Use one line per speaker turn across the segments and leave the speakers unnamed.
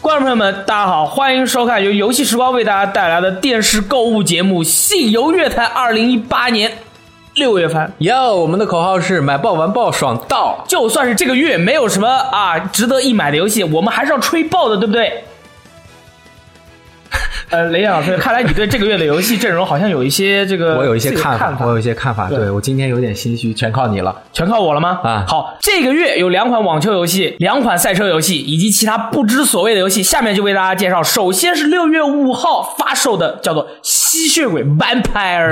观众朋友们，大家好，欢迎收看由游戏时光为大家带来的电视购物节目《信游乐坛》二零一八年六月番。
哟，我们的口号是买爆玩爆爽到。
就算是这个月没有什么啊值得一买的游戏，我们还是要吹爆的，对不对？ 呃，雷电老师，看来你对这个月的游戏阵容好像有一些这个，
我有一些
自己的
看
看
法，我有一些看法，
对
对我今天有点心虚，全靠你了。
全靠我了吗？
啊
好，这个月有两款网球游戏、两款赛车游戏以及其他不知所谓的游戏，下面就为大家介绍。首先是六月五号发售的，叫做《吸血鬼 Vampire》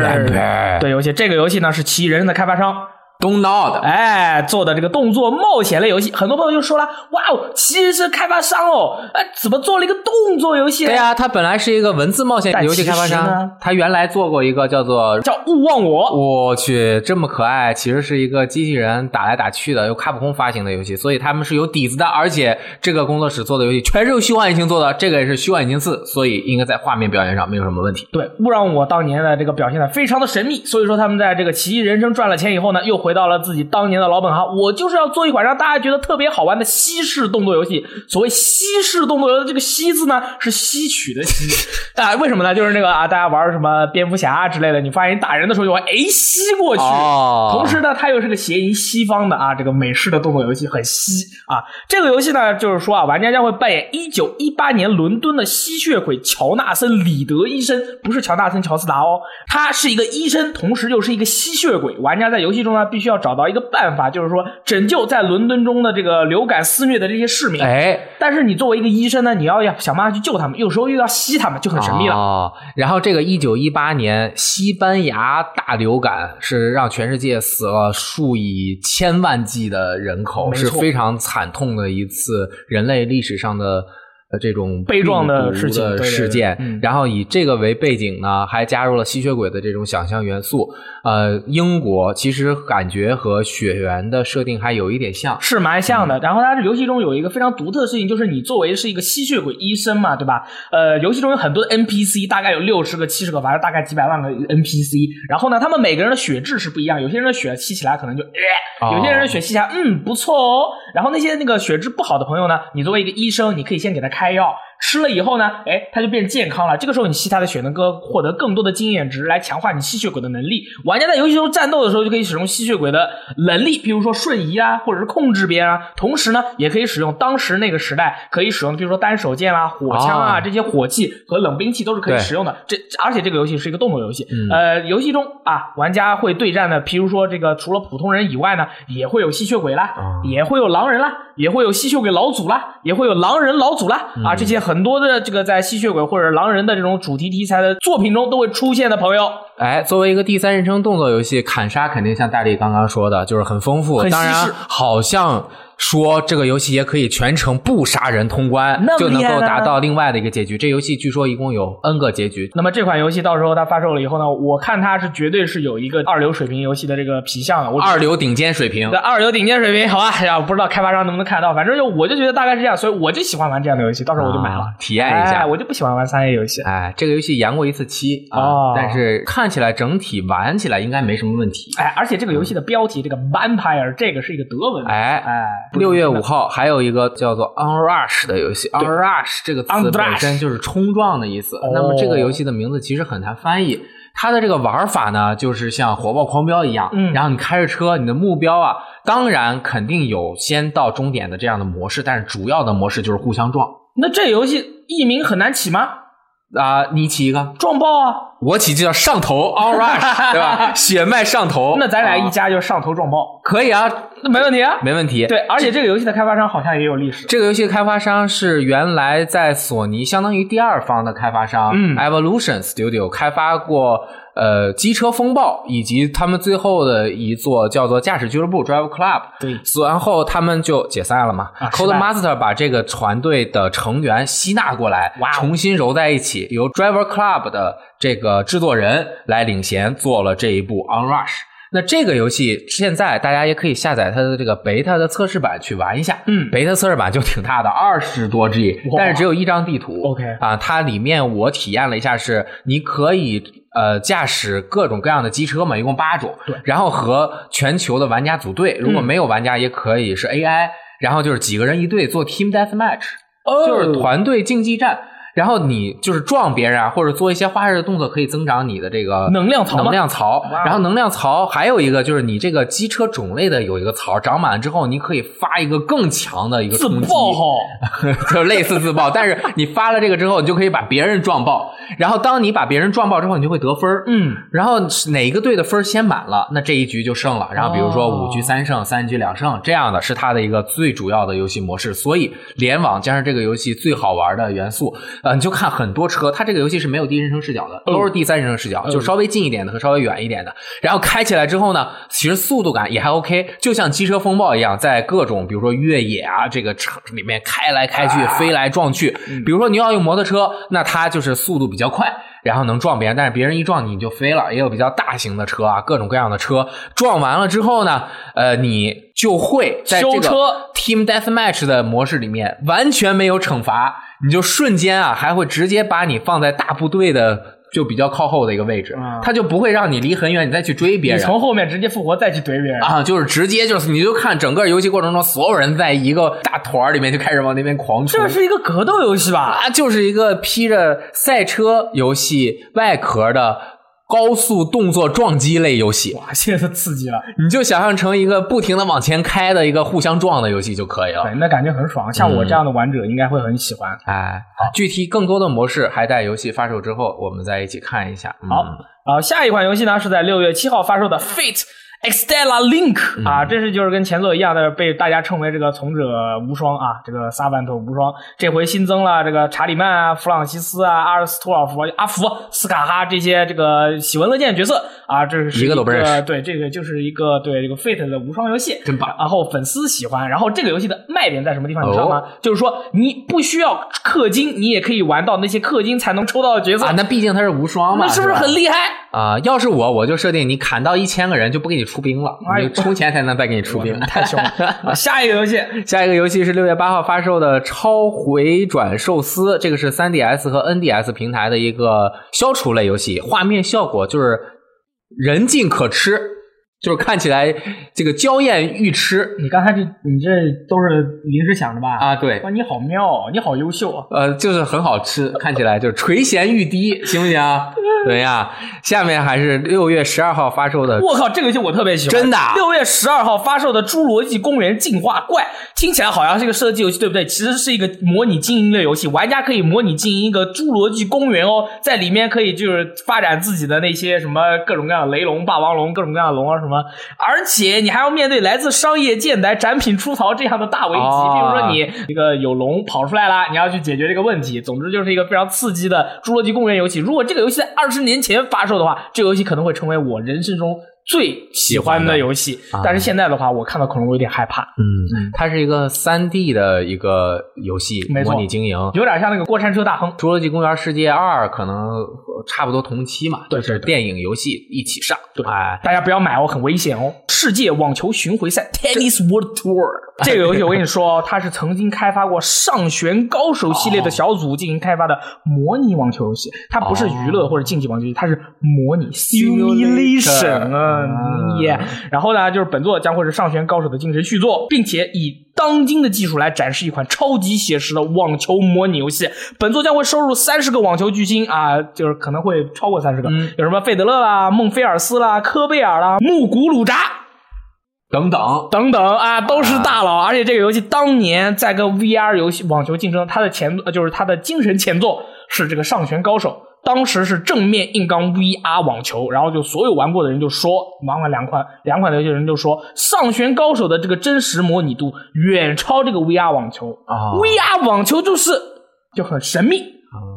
Vampire
对游戏，这个游戏呢是奇异人生的开发商，
Don't know 的，
哎做的这个动作冒险类游戏。很多朋友就说了，哇哦，奇异人生开发商哦，哎，怎么做了一个动作游戏呢？
对呀、他本来是一个文字冒险
但
游戏开发
其实呢
商，他原来做过一个叫做。
叫勿忘我。
我去，这么可爱，其实是一个机器人打来打去的，由卡普空发行的游戏，所以他们是有底子的。而且这个工作室做的游戏全是由虚幻引擎做的，这个也是虚幻引擎四，所以应该在画面表现上没有什么问题。
对，勿让我当年的这个表现的非常的神秘，所以说他们在这个奇异人生赚了钱以后呢，又回到了自己当年的老本行，我就是要做一款让大家觉得特别好玩的西式动作游戏。所谓西式动作游戏，这个“西”字呢是吸取的“吸”，大家为什么呢？就是那个啊，大家玩什么蝙蝠侠啊之类的，你发现打人的时候就会哎吸过去，
哦
同时呢，它又是个谐音西方的啊，这个美式的动作游戏很西啊。这个游戏呢，就是说啊，玩家将会扮演一九一八年伦敦的吸血鬼乔纳森·里德医生，不是乔纳森·乔斯达哦，他是一个医生，同时又是一个吸血鬼。玩家在游戏中呢，必须要找到一个办法，就是说拯救在伦敦中的这个流感肆虐的这些市民。
哎，
但是你作为一个医生呢，你要要想办法去救他们，有时候又要吸他们，就很神秘了。
哦，然后这个一九一八年西班牙大流感是让全世界死了数以千万计的人口，
没
是
错
非常惨痛的一次人类历史上的。呃，这种
悲壮的
病毒
事情对对对
事件，
嗯
然后以这个为背景呢，还加入了吸血鬼的这种想象元素。呃，英国其实感觉和血缘的设定还有一点像，
是蛮像的。然后它这游戏中有一个非常独特的事情，就是你作为是一个吸血鬼医生嘛，对吧？呃，游戏中有很多的 NPC，大概有六十个、七十个，反正大概几百万个 NPC。然后呢，他们每个人的血质是不一样，有些人的血吸起来可能就，呃
哦
有些人的血吸起来嗯不错哦。然后那些那个血质不好的朋友呢，你作为一个医生，你可以先给他开药。吃了以后呢，哎，他就变健康了。这个时候你吸他的血，能够获得更多的经验值，来强化你吸血鬼的能力。玩家在游戏中战斗的时候，就可以使用吸血鬼的能力，比如说瞬移啊，或者是控制别人啊。同时呢，也可以使用当时那个时代可以使用的，比如说单手剑啦、火枪啊、
哦
这些火器和冷兵器都是可以
对
使用的。这这而且这个游戏是一个动作游戏，
嗯
呃，游戏中啊，玩家会对战的，譬如说这个除了普通人以外呢，也会有吸血鬼啦，
啊
也会有狼人啦，也会有吸血鬼老祖啦，也会有狼人老祖
嗯
啦，啊，这些很多的这个在吸血鬼或者狼人的这种主题题材的作品中都会出现的朋友，
哎，作为一个第三人称动作游戏，砍杀肯定像大力刚刚说的，就是很丰富。
很稀释
当然，好像说这个游戏也可以全程不杀人通关
那，么
就
厉
能
害呢
够达到另外的一个结局。这游戏据说一共有 N 个结局。
那么这款游戏到时候它发售了以后呢，我看它是绝对是有一个二流水平游戏的这个皮相的，我
二流顶尖水平
对，二流顶尖水平，好吧，哎呀，不知道开发商能不能看到，反正就我就觉得大概是这样，所以我就喜欢玩这样的游戏，到时候我就买了。
啊体验一下
哎，我就不喜欢玩三 A 游戏。
哎，这个游戏延过一次期啊，
哦
但是看起来整体玩起来应该没什么问题。
哎，而且这个游戏的标题，这个 vampire，这个是一个德文。
哎
哎，
六月五号还有一个叫做 Onrush 的游戏，Onrush 哦这个词
Onrush
本身就是冲撞的意思。那么这个游戏的名字其实很难翻译。它的这个玩法呢，就是像火爆狂飙一样，
嗯
然后你开着车，你的目标啊，当然肯定有先到终点的这样的模式，但是主要的模式就是互相撞
那这游戏译名很难起吗？
啊、你起一个，
撞爆啊！
我起就叫上头 Onrush，对吧？血脉上头，
那咱俩
啊
一家就上头撞爆，
可以啊，
那没问题啊。
没问题。
对，而且这个游戏的开发商好像也有历史。
这个游戏开发商是原来在索尼相当于第二方的开发商，
嗯
，Evolution Studio 开发过呃《机车风暴》以及他们最后的一座叫做《驾驶俱乐部》（Drive Club）。
对
然后他们就解散了嘛。
啊
Codemaster 把这个团队的成员吸纳过来，
哇哦
重新揉在一起，由 Driver Club 的这个制作人来领衔做了这一部 Onrush。那这个游戏现在大家也可以下载它的这个 beta 的测试版去玩一下。
嗯
，beta 测试版就挺大的，二十多 G，
哇
但是只有一张地图。
OK
啊，它里面我体验了一下是，你可以呃驾驶各种各样的机车嘛，一共八种，
对
然后和全球的玩家组队，如果
嗯
没有玩家也可以是 AI，、然后就是几个人一队做 team deathmatch。
哦
就是团队竞技战。然后你就是撞别人啊，或者做一些花式的动作，可以增长你的这个
能量槽吗
能量槽
哇，哦
然后能量槽还有一个就是你这个机车种类的有一个槽，长满了之后，你可以发一个更强的一个
自
冲击，
爆哦哈，
就是类似自爆，但是你发了这个之后，你就可以把别人撞爆。然后当你把别人撞爆之后，你就会得分儿。
嗯，
然后哪一个队的分儿先满了，那这一局就胜了。然后比如说
哦
五局三胜、三局两胜这样的，是它的一个最主要的游戏模式。所以联网加上这个游戏最好玩的元素，呃，你就看很多车，它这个游戏是没有第一人称视角的，都是第三人称视角，就稍微近一点的和稍微远一点的。然后开起来之后呢，其实速度感也还 OK，就像机车风暴一样，在各种比如说越野啊这个车里面开来开
啊
去、飞来撞去。
嗯
比如说你要用摩托车，那它就是速度比较快，然后能撞别人，但是别人一撞你你就飞了。也有比较大型的车啊，各种各样的车，撞完了之后呢，呃，你就会在这
修
个
车
Team Deathmatch 的模式里面完全没有惩罚，你就瞬间啊，还会直接把你放在大部队的就比较靠后的一个位置
嗯，
他就不会让你离很远，你再去追别
你
人。
从后面直接复活再去怼别人，
啊，就是直接就是，你就看整个游戏过程中，所有人在一个大团儿里面就开始往那边狂冲
这，是一个格斗游戏吧？
啊，就是一个披着赛车游戏外壳的高速动作撞击类游戏。
哇，现在是刺激了，
你就想象成一个不停的往前开的一个互相撞的游戏就可以了。
对，那感觉很爽，像
嗯
我这样的玩者应该会很喜欢。
哎，具体更多的模式还待游戏发售之后，我们再一起看一下。
好
嗯，
然后啊下一款游戏呢是在六月七号发售的《Fate》。Extella
嗯
Link 啊，这是就是跟前作一样的，被大家称为这个从者无双啊，这个萨万特无双。这回新增了这个查理曼啊、弗朗西斯啊、阿尔斯托尔夫、阿福、斯卡哈这些这个喜闻乐见的角色啊，这是
一个都不认识
对，这个就是一个对这个 Fate 的无双游戏，
真棒。
然后粉丝喜欢，然后这个游戏的卖点在什么地方？你知道吗？就是说你不需要氪金，你也可以玩到那些氪金才能抽到的角色
啊，，那毕竟它是无双嘛，
那是不是
吧
很厉害？
啊、要是我，我就设定你砍到一千个人就不给你出兵了，
哎呦
你就充钱才能再给你出兵。
太凶了！ 下一个游戏，
下一个游戏是六月八号发售的《超回转寿司》，这个是 3DS 和 NDS 平台的一个消除类游戏，画面效果就是人尽可吃，就是看起来这个娇艳欲吃
你刚才这你这都是临时想的吧？，
啊，对，
哇，你好妙哦，你好优秀哦！
呃，就是很好吃，看起来就是垂涎欲滴，行不行啊？怎么样？下面还是六月十二号发售的，
我靠，这个游戏我特别喜欢，
真的啊
六月十二号发售的《侏罗纪公园进化怪》，听起来好像是一个射击游戏，对不对？其实是一个模拟经营类游戏，玩家可以模拟经营一个侏罗纪公园哦，在里面可以就是发展自己的那些什么各种各样的雷龙、霸王龙、各种各样的龙啊什么，而且你还要面对来自商业建材展品出槽这样的大危机，
哦
比如说你这个有龙跑出来啦，你要去解决这个问题。总之就是一个非常刺激的侏罗纪公园游戏。如果这个游戏在二十年前发售的话，这个游戏可能会成为我人生中最喜欢的游戏。
欢的啊
但是现在的话，我看到恐龙我有点害怕，
嗯，它是一个三 D 的一个游戏，
没错
模拟经营。
有点像那个过山车大亨。
《侏罗纪公园世界二》可能呃差不多同期嘛，
对
就是
对对
电影、游戏一起上。
对
哎，
大家不要买哦，很危险哦！世界网球巡回赛 （Tennis World Tour） 这个游戏，我跟你说哦，它是曾经开发过《上旋高手》系列的小组进行开发的模拟网球游戏，它不是娱乐或者竞技网球游戏，它是模拟 simulation 啊
嗯
耶！然后呢，就是本作将会是《上旋高手》的精神续作，并且以当今的技术来展示一款超级写实的网球模拟游戏。本作将会收录三十个网球巨星啊，就是可能会超过三十个，
嗯
有什么费德勒啦、孟菲尔斯啦、科贝尔啦、穆古鲁扎
等等，
等等啊，都是大佬。而且这个游戏当年在跟 VR 游戏网球竞争，它的前呃就是它的精神前作是这个《上旋高手》。当时是正面硬刚 VR 网球，然后就所有玩过的人就说，玩完两款两款游戏的人就说，《上旋高手》的这个真实模拟度远超这个 VR 网球、
啊
v r 网球就是就很神秘，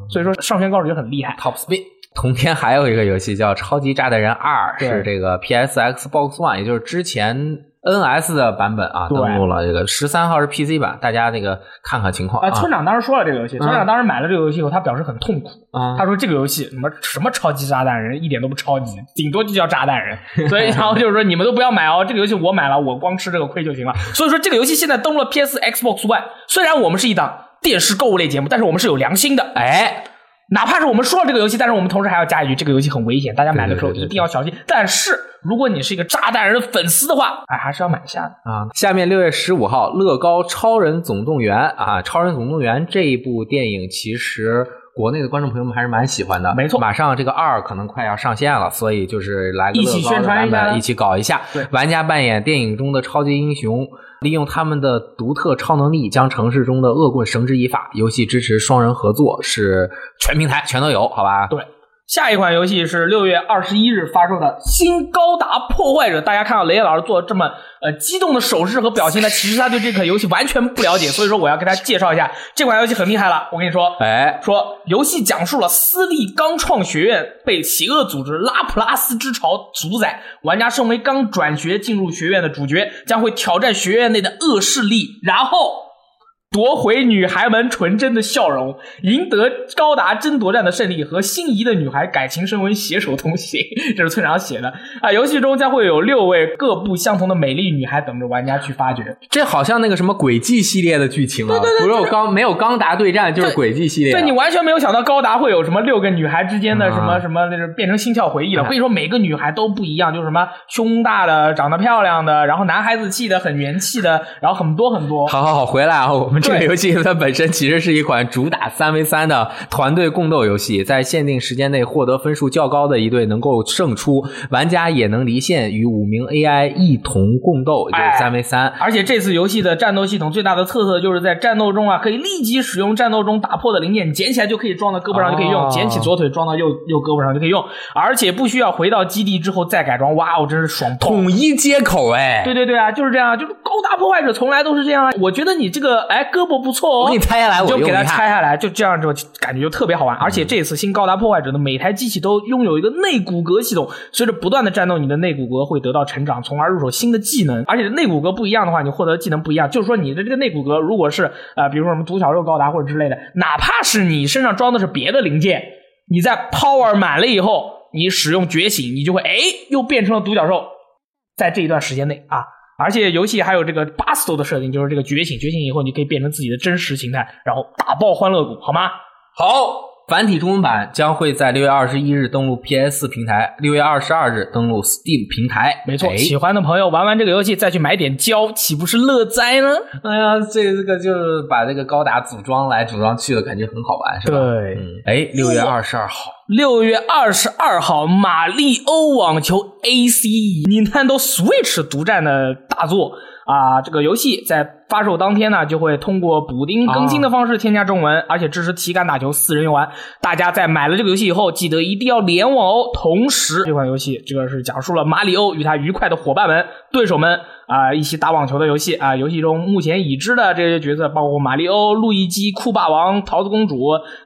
所以说《上旋高手》就很厉害。
啊 Top Spin。同天还有一个游戏叫《超级炸弹人二》，
对
是这个 PS、Xbox One，也就是之前 NS 的版本啊，
对
登录了这个十三号是 PC 版，大家那个看看情况
啊，村长当时说了这个游戏，村长
嗯
当时买了这个游戏以后，他表示很痛苦。
啊
他说这个游戏什么什么超级炸弹人一点都不超级，顶多就叫炸弹人。 所以然后就是说你们都不要买哦，这个游戏我买了，我光吃这个亏就行了。所以说这个游戏现在登录了 PS、Xbox One，虽然我们是一档电视购物类节目，但是我们是有良心的。
哎，
哪怕是我们说了这个游戏，但是我们同时还要加一句，这个游戏很危险，大家买的时候
对对对对
一定要小心。但是如果你是一个炸弹人的粉丝的话，哎，还是要买一下的。
啊，下面六月十五号，《乐高超人总动员》啊，《超人总动员》这一部电影其实。国内的观众朋友们还是蛮喜欢的，
没错
马上这个二可能快要上线了，所以就是来个
一
乐
起
高的
宣传
版
一下
本，一起搞一下
对。
玩家扮演电影中的超级英雄，利用他们的独特超能力，将城市中的恶棍绳之以法。游戏支持双人合作，是全平台全都有，好吧？
对下一款游戏是六月二十一日发售的《新高达破坏者》。大家看到雷老师做这么呃激动的手势和表情呢，其实他对这款游戏完全不了解，所以说我要给他介绍一下这款游戏很厉害了。我跟你说，
哎，
说游戏讲述了私立钢创学院被邪恶组织拉普拉斯之潮主宰，玩家身为刚转学进入学院的主角，将会挑战学院内的恶势力，然后。夺回女孩们纯真的笑容，赢得高达争夺战的胜利，和心仪的女孩感情升温，携手同行。这是村长写的啊！游戏中将会有六位各不相同的美丽女孩等着玩家去发掘。
这好像那个什么轨迹系列的剧情啊，不是有钢没有钢达对战，就是
对
轨迹系列啊。
对你完全没有想到高达会有什么六个女孩之间的什么、
啊
什么，就是变成心跳回忆了。
哎
我跟你说，每个女孩都不一样，就是什么胸大的、长得漂亮的，然后男孩子气的、很元气的，然后很多很多。
好好好，回来啊！我们这个
对
游戏它本身其实是一款主打三 v 三的团队共斗游戏，在限定时间内获得分数较高的一队能够胜出，玩家也能离线与五名 AI 一同共斗，也就是
哎
三 v 三。
而且这次游戏的战斗系统最大的特色就是在战斗中啊，可以立即使用战斗中打破的零件，你捡起来就可以装到胳膊上就可以用，
哦
捡起左腿装到右右胳膊上就可以用，而且不需要回到基地之后再改装。哇哦，真是爽爆！
统一接口哎，
对对对啊，就是这样啊，就是高达破坏者从来都是这样啊。我觉得你这个哎胳膊不错哦，
我给你拆下来，
你
我
就
用
给它
一下。嗯
拆下来，就这样就感觉就特别好玩。而且这次新高达破坏者的每台机器都拥有一个内骨骼系统，随着不断的战斗，你的内骨骼会得到成长，从而入手新的技能。而且内骨骼不一样的话，你获得技能不一样。就是说你的这个内骨骼，如果是呃，比如说什么独角兽高达或者之类的，哪怕是你身上装的是别的零件，你在 power 满了以后，你使用觉醒，你就会哎又变成了独角兽。在这一段时间内啊。而且游戏还有这个 b a s t o 的设定，就是这个觉醒，觉醒以后你可以变成自己的真实形态，然后打爆欢乐谷，好吗？
好，繁体中文版将会在六月二十一日登陆 PS 平台，六月二十二日登陆 Steam 平台。
没错，
哎
喜欢的朋友玩完这个游戏再去买点胶，岂不是乐哉呢？
哎呀，这这个就是把这个高达组装来组装去的，感觉很好玩，是吧？
对
嗯，哎，六月二十二号，
六月二十二号，《马里欧网球 ACE》Nintendo Switch 独占的大作啊！这个游戏在发售当天呢，就会通过补丁更新的
啊
方式添加中文，而且支持体感打球四人游玩。大家在买了这个游戏以后，记得一定要联网哦。同时，这款游戏这个是讲述了马里欧与他愉快的伙伴们、对手们啊、一起打网球的游戏啊、游戏中目前已知的这些角色包括马里欧、路易基、酷霸王、桃子公主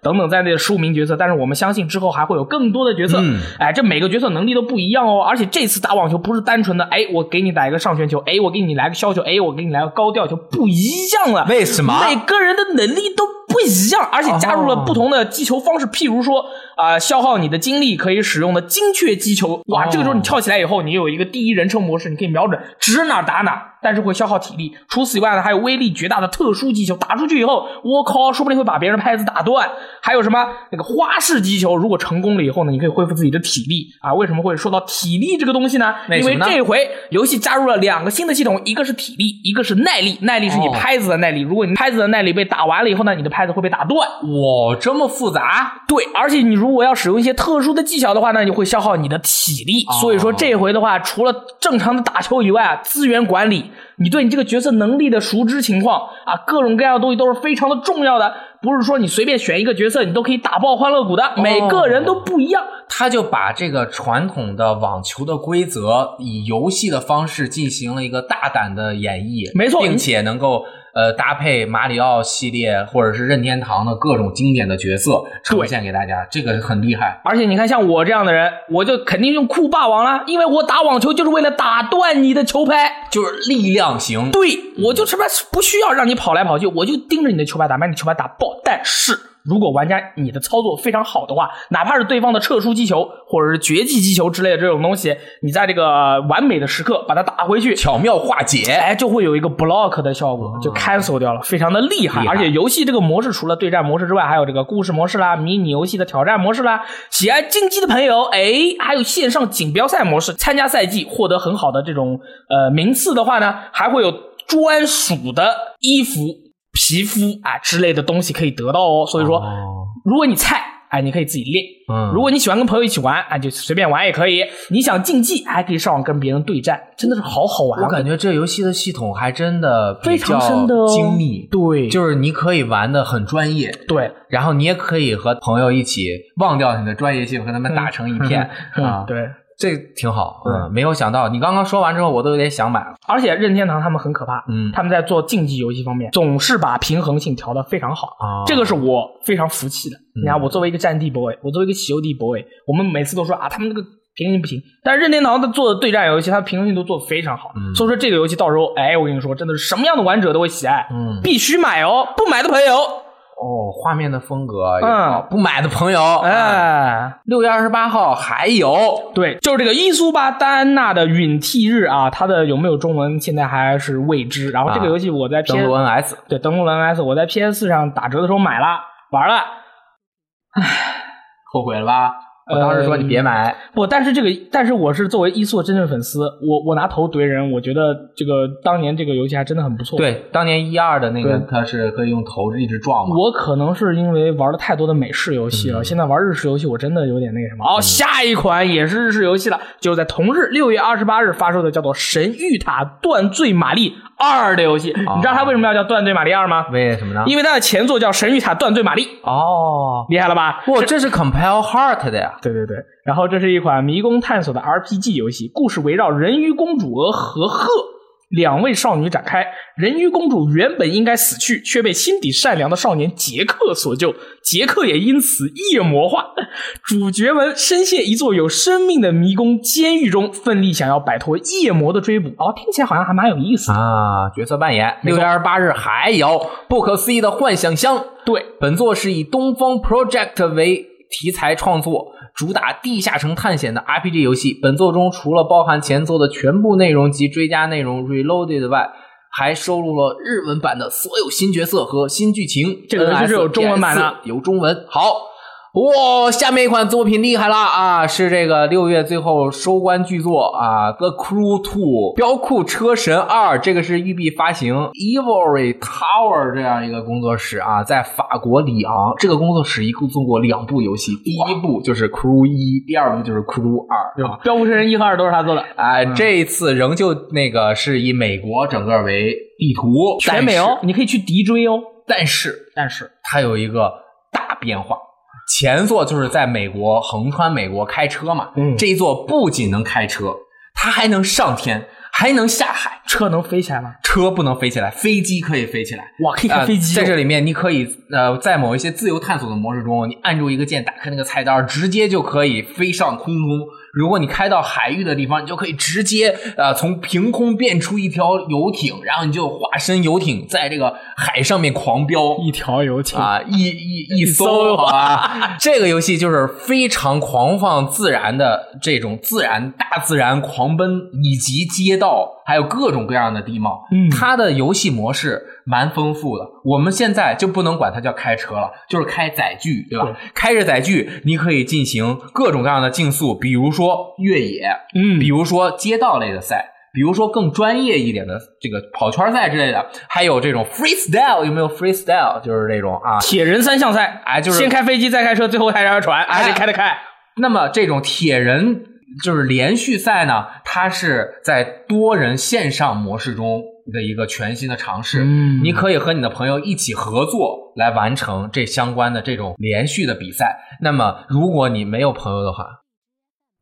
等等在内的十五名角色，但是我们相信之后还会有更多的角色。
嗯
哎，这每个角色能力都不一样哦，而且这次打网球不是单纯的哎，我给你打一个上旋球，哎，我给你来个削球，哎，我给你来个高吊球，不一样了。
为什么？
每个人的能力都不一样，而且加入了不同的击球方式，譬如说啊、呃消耗你的精力可以使用的精确击球，哇，
哦
这个时候你跳起来以后，你有一个第一人称模式，你可以瞄准指哪儿打哪儿，但是会消耗体力。除此以外呢，还有威力绝大的特殊击球，打出去以后，我靠，说不定会把别人拍子打断。还有什么那个花式击球，如果成功了以后呢，你可以恢复自己的体力啊。为什么会说到体力这个东西呢？
为
因
什么
为
呢
这回游戏加入了两个新的系统，一个是体力，一个是耐力。耐力是你
哦
拍子的耐力，如果你拍子的耐力被打完了以后呢，你的拍子会被打断。
哇，这么复杂？
对，而且你如果要使用一些特殊的技巧的话呢，你会消耗你的体力。
哦
所以说这回的话，除了正常的打球以外啊，资源管理，你对你这个角色能力的熟知情况啊，各种各样的东西都是非常的重要的。不是说你随便选一个角色，你都可以打爆欢乐谷的，每
哦
个人都不一样。
他就把这个传统的网球的规则以游戏的方式进行了一个大胆的演绎，
没错
并且能够呃搭配马里奥系列或者是任天堂的各种经典的角色呈现给大家，这个很厉害。
而且你看，像我这样的人，我就肯定用酷霸王啦，因为我打网球就是为了打断你的球拍。
就是力量型，
对，我就什么不需要让你跑来跑去，我就盯着你的球拍打，把你球拍打爆。但是如果玩家你的操作非常好的话，哪怕是对方的撤出击球或者是绝技击球之类的这种东西，你在这个完美的时刻把它打回去，
巧妙化解。
哎，就会有一个 block 的效果，就 cancel 掉了，非常的厉害。
嗯厉害
而且游戏这个模式除了对战模式之外，还有这个故事模式啦、迷你游戏的挑战模式啦。喜爱竞技的朋友，哎，还有线上锦标赛模式，参加赛季获得很好的这种呃名次的话呢，还会有专属的衣服、皮肤啊之类的东西可以得到哦。所以说，
哦
如果你菜，哎，你可以自己练。
嗯，
如果你喜欢跟朋友一起玩，哎，就随便玩也可以。你想竞技，还可以上网跟别人对战，真的是好好玩
我
啊。
感觉这游戏的系统还真的比
非常
较
深的哦
精密，
对，
就是你可以玩的很专业，
对，
然后你也可以和朋友一起忘掉你的专业性，和他们打成一片、啊。
嗯，，对。
这挺好。嗯，没有想到你刚刚说完之后，我都有点想买了。
而且任天堂他们很可怕，
嗯
他们在做竞技游戏方面总是把平衡性调得非常好，
啊嗯
这个是我非常服气的。你看，我作为一个战地 boy，我作为一个喜忧地 boy，我们每次都说啊，他们这个平衡性不行，但是任天堂的做的对战游戏，它平衡性都做得非常好，
嗯
所以说这个游戏到时候，哎，我跟你说，真的是什么样的玩者都会喜爱，
嗯
必须买哦，不买的朋友，
哦，画面的风格也哎好，不买的朋友，哎，
嗯哎。
六月二十八号还有
对，就是这个伊苏巴戴安娜的陨替日啊，它的有没有中文现在还是未知。然后这个
啊
游戏我在
登
PS
陆 NS，
对，登录了 NS，我在 PS 上打折的时候买了，玩了。
后悔了吧？
呃
我当时说你别买，
不，但是这个，但是我是作为伊素的真正粉丝，我我拿头怼人，我觉得这个当年这个游戏还真的很不错。，
对，当年一二的那个
对
它是可以用头一直撞嘛。
我可能是因为玩了太多的美式游戏了，啊现在玩日式游戏我真的有点那个什么。哦，下一款也是日式游戏了，就是在同日六月二十八日发售的，叫做《神谕塔断罪玛丽二》的游戏。你知道它为什么要叫断罪玛丽二吗？
为什么呢？
嗯因为它的前作叫《神谕塔断罪玛丽》，
哦，
厉害了吧？
哇，这是 Compile Heart 的呀。
对对对，然后这是一款迷宫探索的 RPG 游戏，故事围绕人鱼公主和和鹤两位少女展开。人鱼公主原本应该死去，却被心底善良的少年杰克所救，杰克也因此夜魔化。主角们深陷一座有生命的迷宫监狱中，奋力想要摆脱夜魔的追捕。哦，听起来好像还蛮有意思的。
啊，角色扮演。
没
六
错
月二十八日还有不可思议的幻想乡。
对，
本作是以东方 Project 为题材创作，主打地下城探险的 RPG 游戏。本作中除了包含前作的全部内容及追加内容 Reloaded 外，还收录了日文版的所有新角色和新剧情。
这个游戏是有中文版的
NS 有中文。好。哇、下面一款作品厉害了啊！是这个六月最后收官巨作啊，《The Crew Two》《飙酷车神二》，这个是育碧发行 Evory Tower 这样一个工作室啊，在法国里昂。这个工作室一共做过两部游戏，第一部就是《Crew 一》，第二部就是《Crew 二》啊。
《标虎神人一》和二都是他做的。
啊、这一次仍旧那个是以美国整个为地图，
全美哦，你可以去敌追哦。
但是但是
但是，
它有一个大变化。前作就是在美国横穿美国开车嘛，
嗯
这一座不仅能开车，它还能上天，还能下海。
车能飞起来吗？
车不能飞起来，飞机可以飞起来。
哇，可以开
呃
飞机哦、
在这里面，你可以呃，在某一些自由探索的模式中，你按住一个键，打开那个菜单，直接就可以飞上空中。如果你开到海域的地方，你就可以直接呃从凭空变出一条游艇，然后你就化身游艇，在这个海上面狂飙。
一条游艇
啊，一一一
搜
搜，啊好吧，这个游戏就是非常狂放自然的这种自然大自然狂奔，以及街道，还有各种各样的地貌。
嗯
它的游戏模式蛮丰富的。我们现在就不能管它叫开车了，就是开载具，对吧？
对
开着载具，你可以进行各种各样的竞速，比如说越野，
嗯
比如说街道类的赛，比如说更专业一点的这个跑圈赛之类的，还有这种 freestyle，有没有 freestyle？就是这种啊。
铁人三项赛，
哎就是
先开飞机，再开车，最后还是要船，
哎
还得开得开。
那么这种铁人就是连续赛呢，它是在多人线上模式中的一个全新的尝试。
嗯
你可以和你的朋友一起合作来完成这相关的这种连续的比赛。那么如果你没有朋友的话，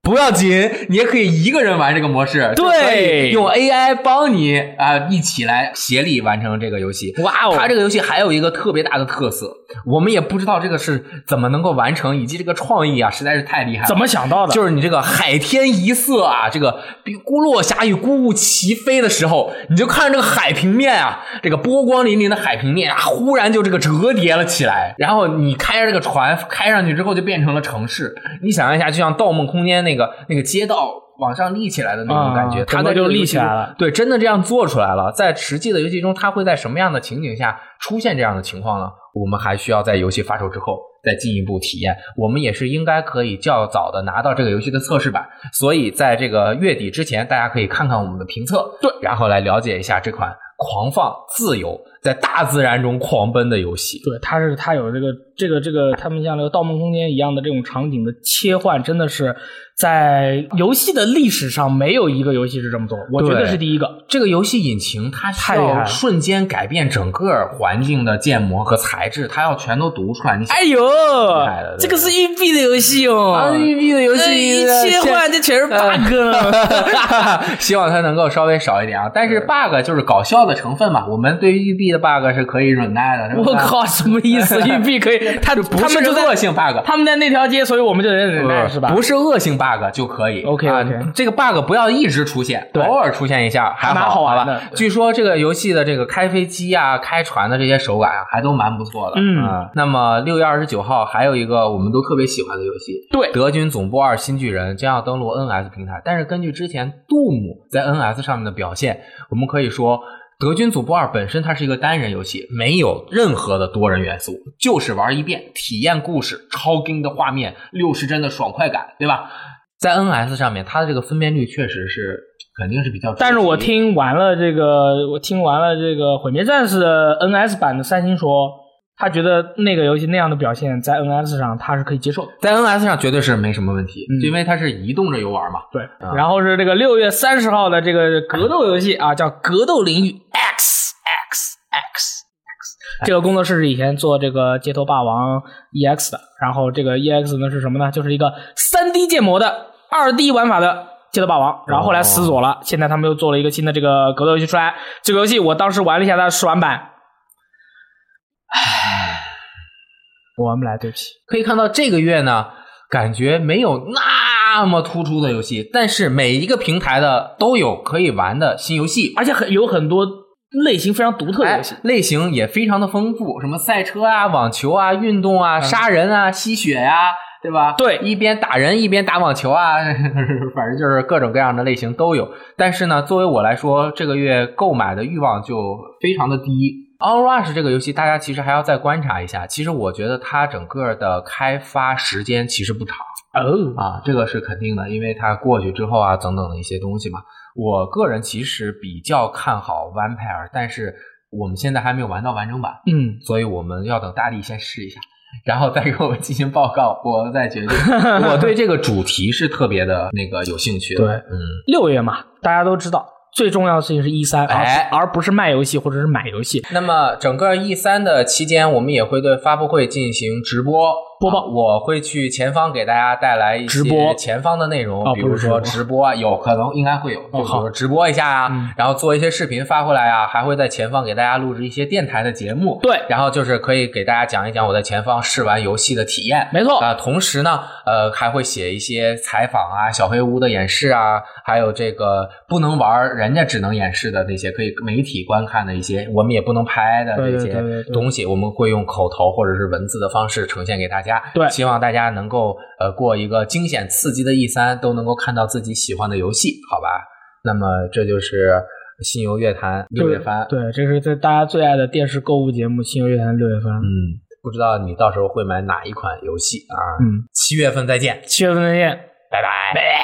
不要紧，你也可以一个人玩这个模式，就
对
可以用 AI 帮你啊、一起来协力完成这个游戏。
哇哦
它这个游戏还有一个特别大的特色，我们也不知道这个是怎么能够完成，以及这个创意啊，实在是太厉害了。
怎么想到的？
就是你这个海天一色啊，这个比孤落霞与孤鹜齐飞的时候，你就看着这个海平面啊，这个波光粼粼的海平面啊，忽然就这个折叠了起来。然后你开着这个船开上去之后，就变成了城市。你想象一下，就像《盗梦空间》那个那个街道。往上立起来的那种感觉，
啊
它
整
在
个
这
就
个
立
游戏
起来了
中。对，真的这样做出来了。在实际的游戏中，它会在什么样的情景下出现这样的情况呢？我们还需要在游戏发售之后再进一步体验。我们也是应该可以较早的拿到这个游戏的测试版，所以在这个月底之前，大家可以看看我们的评测，
对，
然后来了解一下这款狂放、自由、在大自然中狂奔的游戏。
对，它是它有这个这个这个，他们像那个《盗梦空间》一样的这种场景的切换，真的是在游戏的历史上没有一个游戏是这么做，我觉得
对
是第一个。
这个游戏引擎它需
太厉害
要
了
瞬间改变整个环境的建模和材质，它要全都读出来。你想
哎呦
害了，
这个是育碧的游戏哦，
MVP 的游
这一切换 这全是 bug 呢。
希望它能够稍微少一点啊。但是 bug 就是搞笑的成分嘛，我们对于育碧的 bug 是可以忍 耐的。是吧
我，靠，什么意 思？育碧可以，他
就不
他们
是
就在
恶性 bug。
他们在那条街，所以我们就得忍耐，呃是吧？
呃不是恶性 bug 就可以。
OK，OK
啊这个 bug 不要一直出现，
对
偶尔出现一下还
还蛮
好
好玩
好吧
的
据说这个游戏的这个开飞机啊、开船的这些手感啊，还都蛮不错的。
嗯
啊那么六月二十九号还有一个我们都特别喜欢的游戏，
对
德军总部二新巨人将要登陆 NS 平台，但是根据之前杜姆在 NS 上面的表现，我们可以说。德军总部二本身它是一个单人游戏，没有任何的多人元素，就是玩一遍，体验故事，超精的画面，六十帧的爽快感，对吧？在 NS 上面，它的这个分辨率确实是肯定是比较，
但是我听完了这个，我听完了这个《毁灭战士》的 NS 版的三星说，他觉得那个游戏那样的表现在 NS 上他是可以接受的。
在 NS 上绝对是没什么问题，
嗯
因为它是移动着游玩嘛。
对，
啊
然后是这个六月三十号的这个格斗游戏啊，叫《格斗领域 X X X X》。这个工作室是以前做这个《街头霸王 EX》的，然后这个 EX 呢是什么呢？就是一个三 D 建模的二 D 玩法的。街头霸王，然后后来死左了，现在他们又做了一个新的这个格斗游戏出来。这个游戏我当时玩了一下它的试玩版，唉，我玩不来，对不起。
可以看到这个月呢，感觉没有那么突出的游戏，但是每一个平台的都有可以玩的新游戏。
而且很有很多类型非常独特的
哎
游戏，，
类型也非常的丰富，什么赛车啊、网球啊、运动啊、杀人啊、吸血呀、对吧？
对
一边打人一边打网球啊， 反正就是各种各样的类型都有。但是呢，作为我来说，这个月购买的欲望就非常的低。All Rush 这个游戏，大家其实还要再观察一下。其实我觉得它整个的开发时间其实不长。
哦，
啊，这个是肯定的，因为它过去之后啊，等等的一些东西嘛。我个人其实比较看好 Vampire，但是我们现在还没有玩到完整版，
嗯，
所以我们要等大力先试一下，然后再给我们进行报告，我 再决定。我对这个主题是特别的那个有兴趣的。
对
嗯，
六月嘛，大家都知道，最重要的事情是一三，而
哎
而不是卖游戏或者是买游戏。
那么整个 E 三的期间，我们也会对发布会进行直播
播报
啊我会去前方给大家带来一些
直播
前方的内容，
哦
比如说
不是
直播啊，有可能应该会有，就
哦
比如
好
说直播一下啊，
嗯
然后做一些视频发回来啊，还会在前方给大家录制一些电台的节目，
对，
然后就是可以给大家讲一讲我在前方试玩游戏的体验。
没错，
啊、同时呢，呃，还会写一些采访啊、小黑屋的演示啊，还有这个不能玩儿，人家只能演示的那些可以媒体观看的一些，我们也不能拍的
对
这
对
些
对对对
东西，我们会用口头或者是文字的方式呈现给大家。
对
希望大家能够呃过一个惊险刺激的 E 三，都能够看到自己喜欢的游戏，好吧？那么这就是新游乐坛六月番，
对，这是在大家最爱的电视购物节目《新游乐坛》六月份。
嗯，不知道你到时候会买哪一款游戏啊？
嗯，
七月份再见，
七月份再见，
拜拜，拜拜。